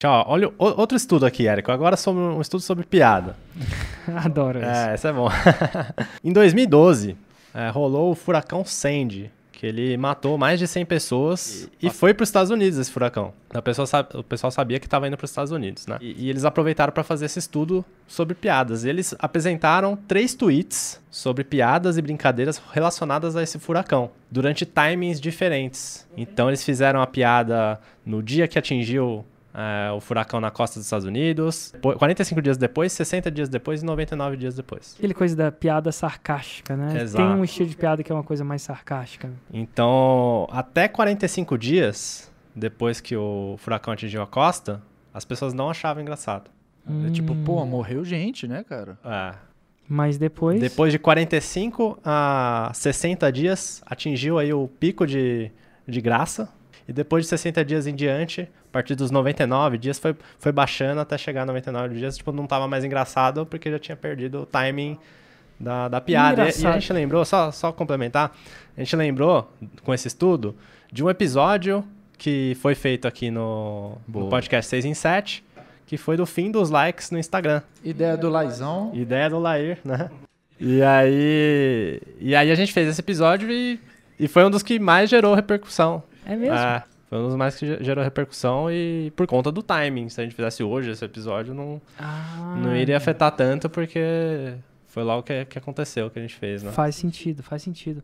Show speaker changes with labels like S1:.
S1: Tchau. Olha o- outro estudo aqui, Érico. Agora sobre um estudo sobre piada.
S2: Adoro isso.
S1: É, isso é bom. em 2012, é, rolou o furacão Sandy, que ele matou mais de 100 pessoas e, foi para os Estados Unidos esse furacão. A pessoa sa- o pessoal sabia que estava indo para os Estados Unidos, né? E, e eles aproveitaram para fazer esse estudo sobre piadas. E eles apresentaram três tweets sobre piadas e brincadeiras relacionadas a esse furacão, durante timings diferentes. Então eles fizeram a piada no dia que atingiu é, o furacão na costa dos Estados Unidos. Depois- 45 dias depois, 60 dias depois e 99 dias depois.
S2: Aquele coisa da piada sarcástica, né?
S1: Exato.
S2: Tem um estilo de piada que é uma coisa mais sarcástica.
S1: Então, até 45 dias depois que o furacão atingiu a costa, as pessoas não achavam engraçado.
S2: Hum,
S3: É tipo, pô, morreu gente, né, cara?
S1: É.
S2: Mas depois.
S1: Depois de 45 a 60 dias, atingiu aí o pico de, de graça. E depois de 60 dias em diante, a partir dos 99 dias, foi, foi baixando até chegar a 99 dias. Tipo, não tava mais engraçado porque já tinha perdido o timing da, da piada. E- E, a
S2: Engraçado.
S1: gente lembrou, só, só complementar, a gente lembrou com esse estudo de um episódio que foi feito aqui no, no
S3: Boa.
S1: podcast 6 em 7, que foi do fim dos likes no Instagram.
S3: Ideia do Laizão.
S1: Ideia do Lair, né? E aí, e aí a gente fez esse episódio e, e foi um dos que mais gerou repercussão.
S2: É mesmo?
S1: É, foi um dos mais que ge- gerou repercussão e por conta do timing. Se a gente fizesse hoje esse episódio, não,
S2: Ah,
S1: não iria afetar tanto porque foi logo que, que aconteceu, que a gente fez, né?
S2: Faz sentido, faz sentido.